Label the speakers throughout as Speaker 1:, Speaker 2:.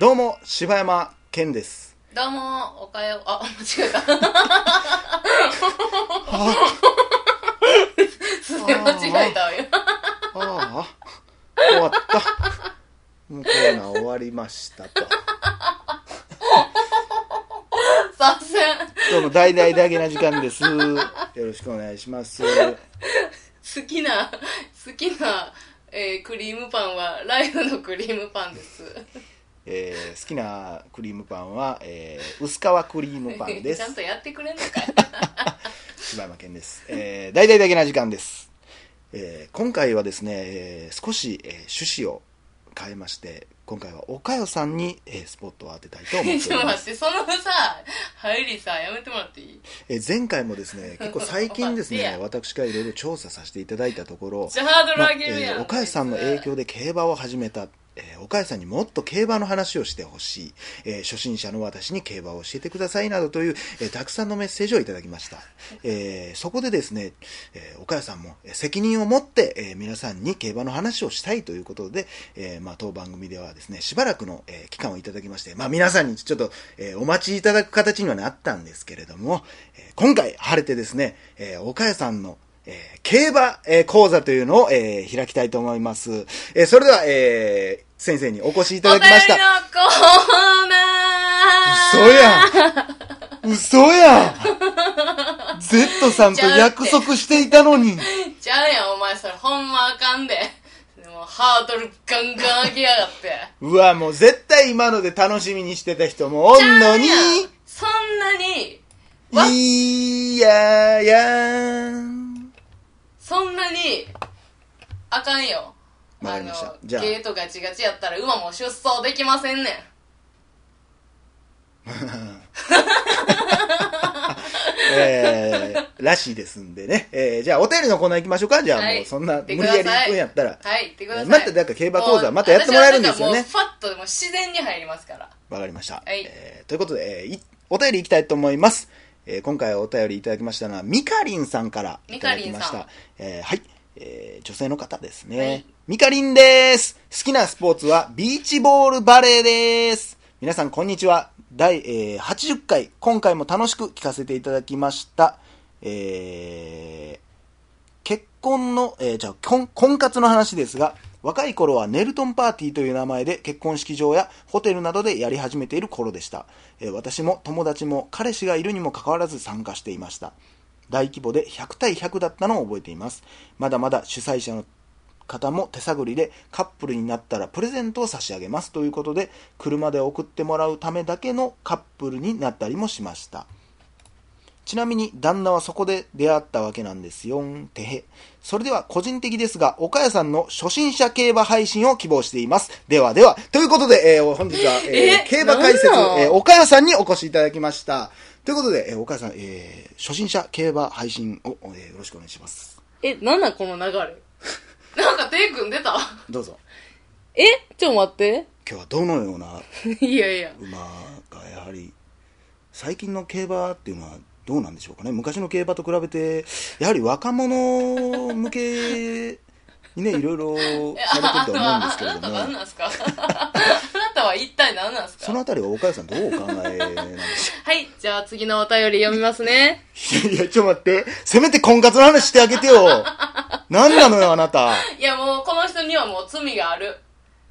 Speaker 1: どうも柴山健です
Speaker 2: どうも、おかよう、あ、 間違えた。すげえ間違えた。
Speaker 1: ああ終わったもうコーナー終わりましたと
Speaker 2: させん。
Speaker 1: どうも大々だけな時間ですよろしくお願いします
Speaker 2: 好きな、好きな、えークリームパンは、ライフのクリームパンです。
Speaker 1: えー好きなクリームパンは、えー薄皮クリームパンで
Speaker 2: ちゃん
Speaker 1: す
Speaker 2: とやってくれんのかい。
Speaker 1: 柴山健です、えー、大々だけな時間です、えー今回はですね、えー少し、えー趣旨を変えまして今回は岡代さんに、えースポットを当てたい と思っております
Speaker 2: ちょっと待って、そのさ、入りさ、やめてもらっていい
Speaker 1: えー前回もですね結構最近です
Speaker 2: いや
Speaker 1: ね私がいろいろ調査させていただいたところ
Speaker 2: じゃあハードル
Speaker 1: まあ
Speaker 2: 上げるやん。
Speaker 1: えー岡谷さんの影響で競馬を始めた、えー岡谷さんにもっと競馬の話をしてほしい、えー初心者の私に競馬を教えてくださいなどという、えーたくさんのメッセージをいただきました、えーそこでですね、えー岡谷さんもえー責任を持って、えー皆さんに競馬の話をしたいということで、えーまあ、当番組ではですねしばらくの、えー期間をいただきまして、まあ、皆さんにちょっと、えーお待ちいただく形にはなったんですけれども、えー今回晴れてですね、えー岡谷さんのえー競馬、えー講座というのを、えー開きたいと思います。えーそれでは、えー先生にお越しいただきました。
Speaker 2: お
Speaker 1: 嘘や
Speaker 2: 便りのコーナー
Speaker 1: ん嘘やん !Z さんと約束していたの に
Speaker 2: じゃあやん、お前それほんまあかんで。もうハードルガンガン上げやがって。
Speaker 1: うわ、もう絶対今ので楽しみにしてた人もおんのに
Speaker 2: じゃあやんそんなに、わ
Speaker 1: いややん
Speaker 2: そんなに、あかんよ。
Speaker 1: わかりました
Speaker 2: あの
Speaker 1: じゃあ
Speaker 2: ゲートガチガチやったら馬も出走できませんねん。
Speaker 1: えー、らしいですんでね。えー、じゃあお便りのコーナー行きましょうかじゃあ
Speaker 2: は
Speaker 1: もう
Speaker 2: い
Speaker 1: そんな
Speaker 2: 行っ
Speaker 1: 無
Speaker 2: て
Speaker 1: 理
Speaker 2: くださ
Speaker 1: やり行く
Speaker 2: い
Speaker 1: んやったら。
Speaker 2: はい、言ってください。
Speaker 1: またなんか競馬講座
Speaker 2: もう
Speaker 1: またやってもらえるんですよね
Speaker 2: 私はなんかもうファッと、もう自然に入りますから。
Speaker 1: わかりました。
Speaker 2: はい
Speaker 1: えーということで、えーいお便りいきたいと思います。えー今回お便りいただきましたのは、ミカリンさんからいただきまし
Speaker 2: ミカリンさん
Speaker 1: た。えーはい、えー女性の方ですね。
Speaker 2: はい
Speaker 1: ミカリンです。好きなスポーツは、ビーチボールバレーです。皆さん、こんにちは。第、えー80回、今回も楽しく聞かせていただきました。えー、結婚の、えーじゃあ婚、婚活の話ですが、若い頃はネルトンパーティーという名前で結婚式場やホテルなどでやり始めている頃でした。えー私も友達も彼氏がいるにもかかわらず参加していました。大規模で100対100だったのを覚えています。まだまだ主催者の方も手探りでカップルになったらプレゼントを差し上げますということで、車で送ってもらうためだけのカップルになったりもしました。ちなみに旦那はそこで出会ったわけなんですよ。てへ。それでは個人的ですが、岡谷さんの初心者競馬配信を希望しています。ではでは。ということで、えー本日は、えー
Speaker 2: え
Speaker 1: 競馬解説、え
Speaker 2: なんなん
Speaker 1: ー岡谷さんにお越しいただきました。ということで、えー岡谷さん、えー初心者競馬配信を、えーよろしくお願いします。
Speaker 2: え、なんなんこの流れ。 なんかテイ君出た
Speaker 1: どうぞ。
Speaker 2: えちょっと待って。
Speaker 1: 今日はどのようない
Speaker 2: やいや。
Speaker 1: 馬がやはり、最近の競馬っていうのはどうなんでしょうかね。昔の競馬と比べて、やはり若者向けにね、いろいろされてると思うんですけれ
Speaker 2: あなた
Speaker 1: ど
Speaker 2: 何
Speaker 1: も、
Speaker 2: なんすかあなたは一体何なんす
Speaker 1: そ
Speaker 2: か
Speaker 1: のあたりは岡谷さんどうお考えなんでしょ
Speaker 2: はい、じゃあ次のお便り読みますね。
Speaker 1: う いやいや、ちょっと待って。せめて婚活の話してあげてよ。何なのよ、あなた。
Speaker 2: いやもうこの人にはもう罪がある。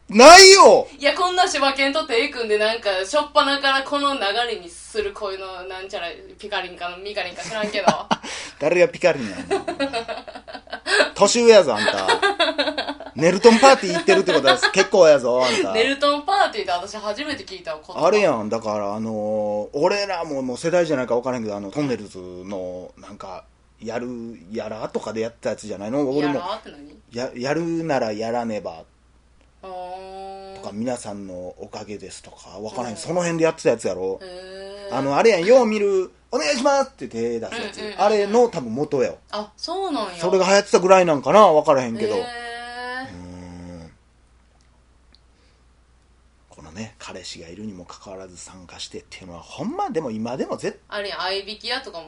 Speaker 1: ないよ
Speaker 2: いやこんな柴犬と手組んでなんか、しょっぱなからこの流れにするこういうの、なんちゃら、ピカリンかのミカリンか知らん けど。
Speaker 1: 誰がピカリンやん。年上やぞ、あんた。ネルトンパーティー行ってるってことは結構やぞ、あんた。
Speaker 2: ネルトンパーティーって私初めて聞いたわ、こ
Speaker 1: あるや
Speaker 2: ん。
Speaker 1: ん、だから、あのー俺らももう世代じゃないか分からへんけど、あの、トンネルズの、なんか、やる、やらとかでやったやつじゃないの俺
Speaker 2: や
Speaker 1: も、
Speaker 2: らって何
Speaker 1: や、やるならやらねば
Speaker 2: あ
Speaker 1: とか、
Speaker 2: ー。
Speaker 1: 皆さんのおかげですとか、分からへん、その辺でやってたやつやろ。
Speaker 2: へー
Speaker 1: あの、あれやん、よう見る、お願いしますって手出すやつ。
Speaker 2: うんうんうん
Speaker 1: あれの多分元やわ
Speaker 2: あ、そうなんや。
Speaker 1: それが流行ってたぐらいなんかな、分からへんけど。
Speaker 2: へー
Speaker 1: うーんこのね、彼氏がいるにもかかわらず参加してっていうのは、ほんまでも今でも絶対
Speaker 2: あれやん合いびき屋とかも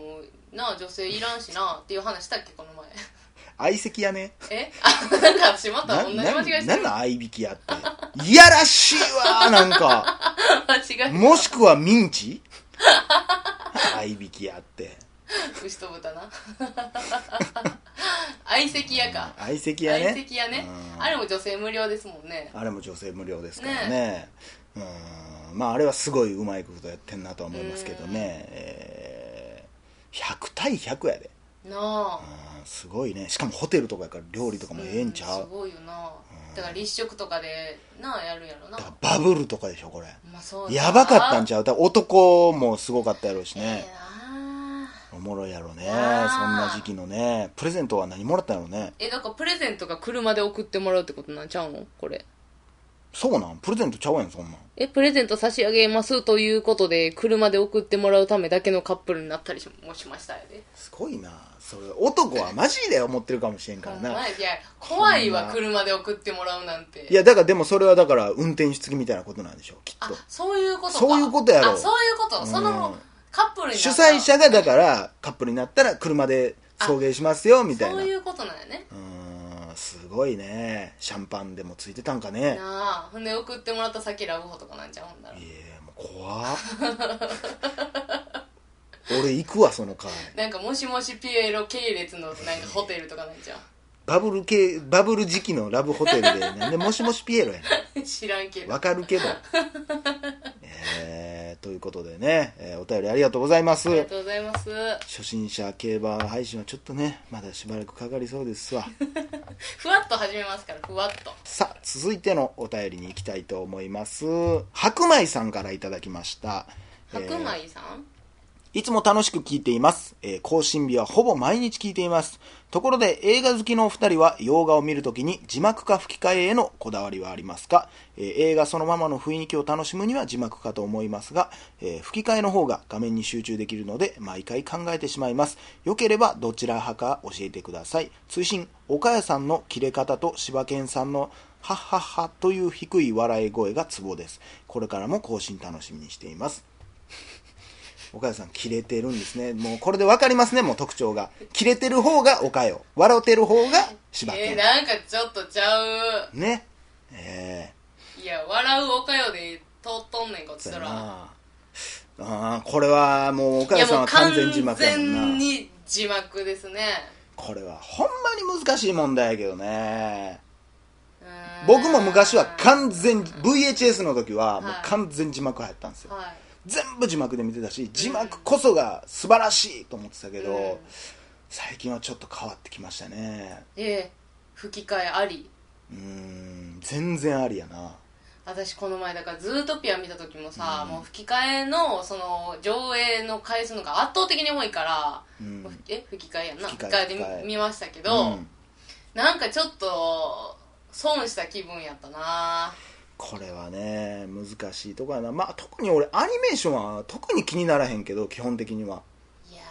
Speaker 2: なあ女性いらんしなっていう話したっけこの前
Speaker 1: 相席やね。
Speaker 2: えあ、なんか私また
Speaker 1: な、
Speaker 2: 同じ
Speaker 1: な、
Speaker 2: 間違いして
Speaker 1: なん
Speaker 2: る。
Speaker 1: なん合いびきやって。いやらしい わなんか。
Speaker 2: 間違い。
Speaker 1: もしくはミンチ 合いびきやって。
Speaker 2: 牛と豚な。 相席屋か。
Speaker 1: 相席やね。
Speaker 2: 相席屋ね
Speaker 1: う。ん
Speaker 2: あれも女性無料ですもんね。
Speaker 1: あれも女性無料ですからね。うん。まあ、あれはすごいうまいことやってんなとは思いますけどね。えー100対100やで。
Speaker 2: なあ。
Speaker 1: うんすごいね。しかもホテルとかやから料理とかもええんちゃ
Speaker 2: うん
Speaker 1: う
Speaker 2: す。ごいよな。だから立食とかで、なあ、やるやろな
Speaker 1: だ。からバブルとかでしょ、これ。
Speaker 2: まあそう
Speaker 1: やばかったん
Speaker 2: じ
Speaker 1: ちゃうだから男もすごかったやろうし
Speaker 2: ゃね
Speaker 1: ね。おもろいやろね。そん
Speaker 2: わあ
Speaker 1: な時期のね。プレゼントは何もらったんやろうね。
Speaker 2: え、だからプレゼントが車で送ってもらうってことなんちゃうのこれ。
Speaker 1: そうなんプレゼントちゃうやん、そんなん。
Speaker 2: え、プレゼント差し上げますということで、車で送ってもらうためだけのカップルになったりもしましたよね。
Speaker 1: すごいな。それ、男はマジで思ってるかもしれんか
Speaker 2: ほ
Speaker 1: ら
Speaker 2: んま
Speaker 1: な。
Speaker 2: やいや、怖い
Speaker 1: ほん
Speaker 2: わ、
Speaker 1: ま
Speaker 2: 車で送ってもらうなんて。
Speaker 1: いや、だからでもそれはだから運転手付きみたいなことなんでしょう、きっ
Speaker 2: あ
Speaker 1: と。、
Speaker 2: そういうことか。
Speaker 1: そういうことやろ
Speaker 2: あ、そういうこと。その、カップルになった
Speaker 1: 主催者がだからカップルになったら車で送迎しますよ、みたい
Speaker 2: そ
Speaker 1: な。
Speaker 2: ういううことなんやね。
Speaker 1: ーん、すごいね。シャンパンでもついてたんかね。
Speaker 2: なあ、ほんで送ってもらった先ラブホとかなんじゃうほんだら
Speaker 1: い。やもう怖 っ俺行くわその会
Speaker 2: なんか、もしもしピエロ系列の、なんかホテルとかなんじゃ
Speaker 1: バブル系バブル時期のラブホテルで なんでもしもしピエロやね
Speaker 2: う 知らんけ
Speaker 1: ん
Speaker 2: ど。
Speaker 1: わかる けどえー、ということでね、えーお便りありがとうございま
Speaker 2: ありが
Speaker 1: す
Speaker 2: とうございます。
Speaker 1: 初心者競馬配信はちょっとねまだしばらくかかりそうです わ
Speaker 2: ふわっと始めますから、ふわっと。
Speaker 1: さあ続いてのお便りに行きたいと思います白米さんからいただきました
Speaker 2: 白
Speaker 1: えー
Speaker 2: 米さん、
Speaker 1: いつも楽しく聞いています。えー更新日はほぼ毎日聞いています。ところで映画好きのお二人は洋画を見るときに字幕か吹き替えへのこだわりはありますか、えー映画そのままの雰囲気を楽しむには字幕かと思いますが、えー吹き替えの方が画面に集中できるので毎回考えてしまいます。良ければどちら派か教えてください。通信、岡谷さんの切れ方と柴犬さんのはっはっはという低い笑い声がツボです。これからも更新楽しみにしています。岡谷さん切れてるんですねもうこれで分かりますねもう特徴が切れてる方が岡谷笑うてる方が柴
Speaker 2: えー、
Speaker 1: 犬
Speaker 2: なんかちょっとちゃう。
Speaker 1: ねえ
Speaker 2: いや、笑うおかよで通っとんねん、こっ
Speaker 1: ー
Speaker 2: ち
Speaker 1: そう
Speaker 2: と
Speaker 1: や
Speaker 2: ら。
Speaker 1: なあーこれはもう岡谷さんは完全字幕やも
Speaker 2: いやもう完
Speaker 1: んな
Speaker 2: 全に字幕ですね。
Speaker 1: これはほんまに難しい問題やけどね
Speaker 2: うーん
Speaker 1: 僕も昔は完全 VHS の時はもう
Speaker 2: はい
Speaker 1: 完全字幕入ったんですよ
Speaker 2: は
Speaker 1: 全部字幕で見てたし字幕こそが素晴らしいと思ってたけど、
Speaker 2: うん
Speaker 1: 最近はちょっと変わってきましたね
Speaker 2: い。えー、吹き替えあり。
Speaker 1: うーん全然ありやな
Speaker 2: 私この前だからズートピア見た時もさ、もう吹き替えのその上映の回数のが圧倒的に多いから、
Speaker 1: うん
Speaker 2: もうえ吹き替えやんな
Speaker 1: 吹
Speaker 2: 吹
Speaker 1: き
Speaker 2: き
Speaker 1: 替え
Speaker 2: 替えで
Speaker 1: 吹き替え
Speaker 2: 見見ましたけど、
Speaker 1: うん
Speaker 2: なんかちょっと損した気分やったな
Speaker 1: これはね難しいとこやなまあ特に俺アニメーションは特に気にならへんけど基本的にはい
Speaker 2: や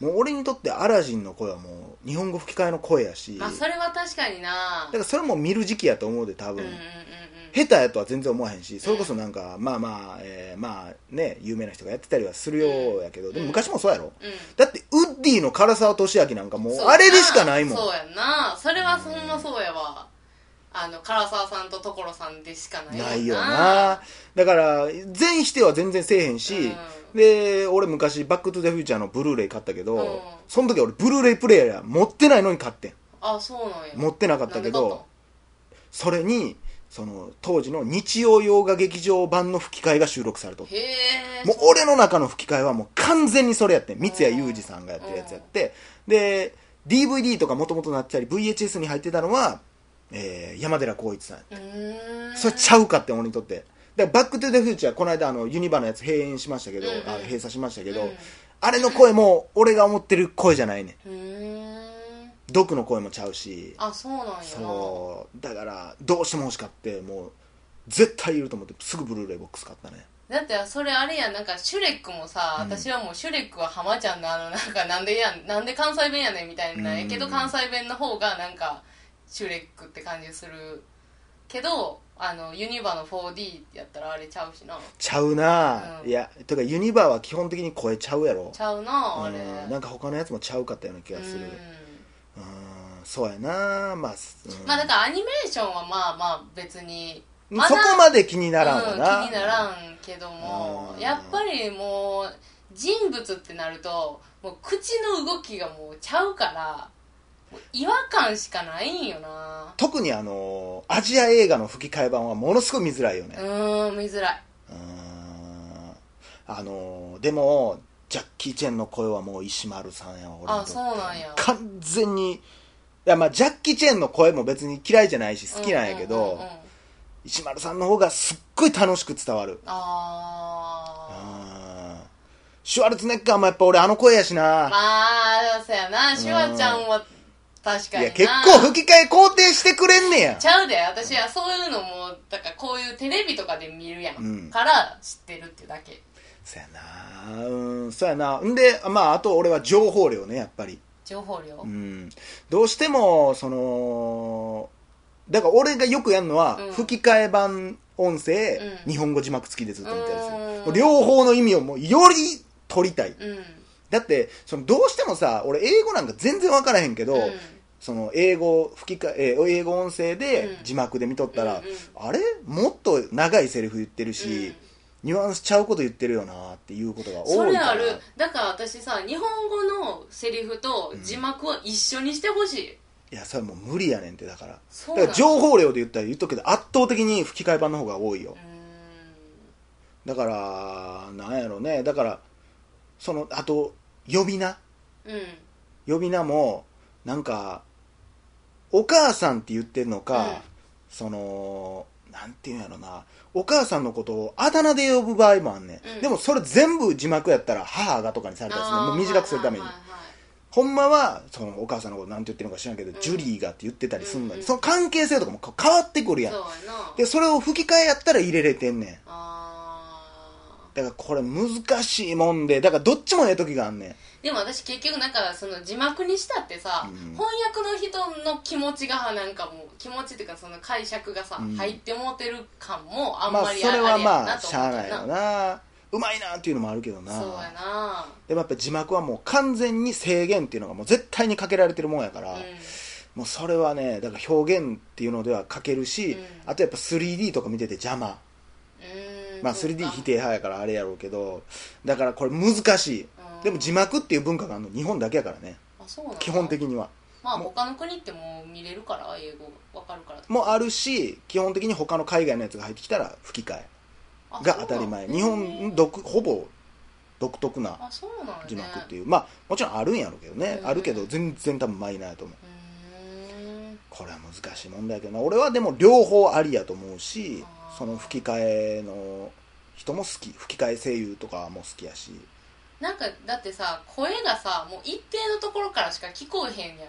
Speaker 1: もう俺にとってアラジンの声はもう日本語吹き替えの声やし、
Speaker 2: ーまあそれは確かにな
Speaker 1: だからそれも見る時期やと思うで多
Speaker 2: うん
Speaker 1: 分、
Speaker 2: うんうんうん
Speaker 1: 下手やとは全然思わへんしそれこそなんか、まあまあ、えーまあね有名な人がやってたりはするようやけど、でも昔もそうやろ、
Speaker 2: うん
Speaker 1: だってウッディの唐沢俊明なんかもう
Speaker 2: そうやな
Speaker 1: あれでしかないもん
Speaker 2: そうやんなそれはそんなそうやわあの唐沢さんと所さんでしかないもん
Speaker 1: ないよなだから全否定は全然せえへんし、
Speaker 2: う
Speaker 1: で俺昔「バック・トゥ・ザ・フューチャー」のブルーレイ買ったけど、
Speaker 2: うん
Speaker 1: その時俺ブルーレイプレイヤー持ってないのに買ってん
Speaker 2: あそうなんや
Speaker 1: 持ってなかったけ
Speaker 2: なんで買
Speaker 1: どそれにその当時の日曜洋画劇場版の吹き替えが収録されとった
Speaker 2: へえ
Speaker 1: もう俺の中の吹き替えはもう完全にそれやってん三谷裕二さんがやってるやつやって、で DVD とかもともとなってたり VHS に入ってたのは、えー山寺宏一さんやった
Speaker 2: うーん
Speaker 1: それちゃうかって俺にとってだからバック・トゥ・ザ・フューチャーこの間あのユニバのやつ閉園しましたけど、
Speaker 2: うんうん
Speaker 1: あ閉鎖しましたけど、
Speaker 2: うん
Speaker 1: あれの声も俺が思ってる声じゃないね
Speaker 2: うーん
Speaker 1: 毒の声もちゃうし
Speaker 2: あそうなんやな
Speaker 1: そうだからどうしても欲しかってもう絶対いると思ってすぐブルーレイボックス買ったね
Speaker 2: だってそれあれやんなんかシュレックもさ、
Speaker 1: うん
Speaker 2: 私はもうシュレックは浜ちゃんのあの なんかなんでやんなんで関西弁やねんみたいな、
Speaker 1: うん
Speaker 2: やけど関西弁の方がなんかシュレックって感じするけどあのユニバの 4D やったらあれちゃうしな
Speaker 1: ちゃうな、
Speaker 2: うん
Speaker 1: いやとかユニバは基本的に声ちゃうやろ
Speaker 2: ちゃうなあ
Speaker 1: う
Speaker 2: れ
Speaker 1: んなんか他のやつもちゃうかったような気がする
Speaker 2: う
Speaker 1: う
Speaker 2: ん
Speaker 1: うんそうやなまあ、うん
Speaker 2: まあだからアニメーションはまあまあ別にまだ
Speaker 1: そこまで気にならんわな、
Speaker 2: うん、気にならんけども
Speaker 1: うん
Speaker 2: やっぱりもう人物ってなるともう口の動きがもうちゃうからもう違和感しかないんよな
Speaker 1: 特にあのアジア映画の吹き替え版はものすごい見づらいよね
Speaker 2: う、ーん見づらい
Speaker 1: うんあのでもジャッキー・チェンの声はもう石丸さんやわ俺にと
Speaker 2: あ
Speaker 1: って
Speaker 2: そうなんや
Speaker 1: 完全にいやまあジャッキー・チェンの声も別に嫌いじゃないし好きなんやけど、
Speaker 2: ううんうんうん
Speaker 1: 石丸さんの方がすっごい楽しく伝わる
Speaker 2: あ
Speaker 1: うんシュワルツェネッガーもやっぱ俺あの声やし
Speaker 2: あ
Speaker 1: な、
Speaker 2: まあそうやなシュワちゃんは確か
Speaker 1: い
Speaker 2: にな
Speaker 1: や結構吹き替え肯定してくれんねや
Speaker 2: ちゃうで私はそういうのもだからこういうテレビとかで見るやん、
Speaker 1: うん
Speaker 2: から知ってるってだけ
Speaker 1: そやなうんそやなんでまああと俺は情報量ねやっぱり
Speaker 2: 情報量、
Speaker 1: うん、どうしてもそのだから俺がよくやるのは、
Speaker 2: うん
Speaker 1: 吹き替え版音声、
Speaker 2: うん
Speaker 1: 日本語字幕付きでずっと見たりする
Speaker 2: うん
Speaker 1: もう両方の意味をもうより取りたい
Speaker 2: うん
Speaker 1: だってそのどうしてもさ俺英語なんか全然分からへんけど、
Speaker 2: うん
Speaker 1: その英語吹き替ええー英語音声で
Speaker 2: うん
Speaker 1: 字幕で見とったら、
Speaker 2: うんうん
Speaker 1: あれもっと長いセリフ言ってるし、
Speaker 2: うん
Speaker 1: ニュアンスちゃうこと言ってるよなっていうことが多い
Speaker 2: そ
Speaker 1: から
Speaker 2: れあるだから私さ日本語のセリフと字幕を一緒にしてほしい、
Speaker 1: いやそれはもう無理やねんってだから
Speaker 2: そう
Speaker 1: だ
Speaker 2: な
Speaker 1: か
Speaker 2: の
Speaker 1: ら情報量で言ったら言っとくけど圧倒的に吹き替え版の方が多いよ
Speaker 2: うー
Speaker 1: だ
Speaker 2: ん
Speaker 1: からなんやろねだからそのあと呼び名
Speaker 2: うん
Speaker 1: 呼び名もなんかお母さんって言ってるのか、
Speaker 2: うん
Speaker 1: そのなんていうんやろなお母さんのことをあだ名で呼ぶ場合もあんねん、
Speaker 2: うん
Speaker 1: でもそれ全部字幕やったら母がとかにされたりするね
Speaker 2: あー
Speaker 1: もう短くするために、
Speaker 2: はいはいはい
Speaker 1: ほんまはそのお母さんのことなんて言ってるのか知らんけど、
Speaker 2: ん
Speaker 1: ジュリーがって言ってたりすんのに、
Speaker 2: うん
Speaker 1: その関係性とかもこう変わってくるやん
Speaker 2: はいそうやな
Speaker 1: でそれを吹き替えやったら入れれてんねん
Speaker 2: あ
Speaker 1: だからこれ難しいもんでだからどっちもええ時があんねん
Speaker 2: ーでも私結局なんかその字幕にしたってさ、
Speaker 1: うん
Speaker 2: 翻訳の人の気持ちがなんかもう気持ちっていうかその解釈がさ、
Speaker 1: うん
Speaker 2: 入ってもうてる感もあん
Speaker 1: まあ
Speaker 2: まり
Speaker 1: そ
Speaker 2: あ
Speaker 1: れは
Speaker 2: れや
Speaker 1: ま
Speaker 2: な
Speaker 1: あ
Speaker 2: と
Speaker 1: し
Speaker 2: 思
Speaker 1: ゃあな
Speaker 2: う
Speaker 1: い
Speaker 2: けど
Speaker 1: よなうまいなっていうのもあるけどな
Speaker 2: そうやな
Speaker 1: でもやっぱ字幕はもう完全に制限っていうのがもう絶対にかけられてるもんやから、
Speaker 2: う
Speaker 1: もうそれはねだから表現っていうのではかけるし、
Speaker 2: うん
Speaker 1: あとやっぱ 3D とか見てて邪魔、
Speaker 2: んうん
Speaker 1: まあ、
Speaker 2: そうか
Speaker 1: 3D 否定派やからあれやろうけどだからこれ難しい
Speaker 2: うん
Speaker 1: でも字幕っていう文化があるの日本だけやからね
Speaker 2: あそうなの
Speaker 1: 基本的には
Speaker 2: まあ他の国ってもう見れるから英語わかるから
Speaker 1: もあるし基本的に他の海外のやつが入ってきたら吹き替え
Speaker 2: あ
Speaker 1: が当たり前日本独ほぼ独特な
Speaker 2: あそうなんやね
Speaker 1: 字幕っていうまあもちろんあるんやろうけどね、
Speaker 2: うん
Speaker 1: あるけど全然多分マイナーやと思う
Speaker 2: うーん
Speaker 1: これは難しい問題やけどな俺はでも両方ありやと思うし
Speaker 2: あー
Speaker 1: その吹き替えの人も好き吹き替え声優とかも好きやし
Speaker 2: なんかだってさ声がさもう一定のところからしか聞こえへんやん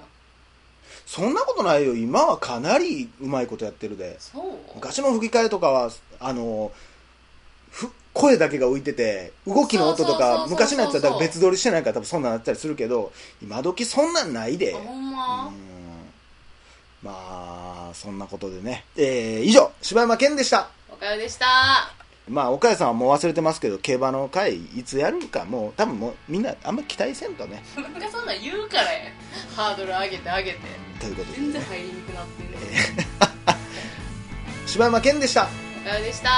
Speaker 1: そんなことないよ今はかなりうまいことやってるで
Speaker 2: そう
Speaker 1: 昔の吹き替えとかはあのふ声だけが浮いてて動きの音とか
Speaker 2: そうそうそうそう
Speaker 1: 昔のやつはだから別撮りしてないから多分そんなんなったりするけど今時そんなんないで
Speaker 2: あほん
Speaker 1: う
Speaker 2: ま
Speaker 1: んまあそんなことでねえー以上柴山健でした
Speaker 2: おかよでした
Speaker 1: まあ岡谷さんはもう忘れてますけど競馬の会いつやるんかもう多分もうみんなあんま期待せんとね
Speaker 2: 自分がそんなん言うからやハードル上げて上げて
Speaker 1: ということで
Speaker 2: 全然
Speaker 1: ね
Speaker 2: 入りにくくなってる
Speaker 1: 柴山健でした
Speaker 2: おかよでした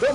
Speaker 1: どう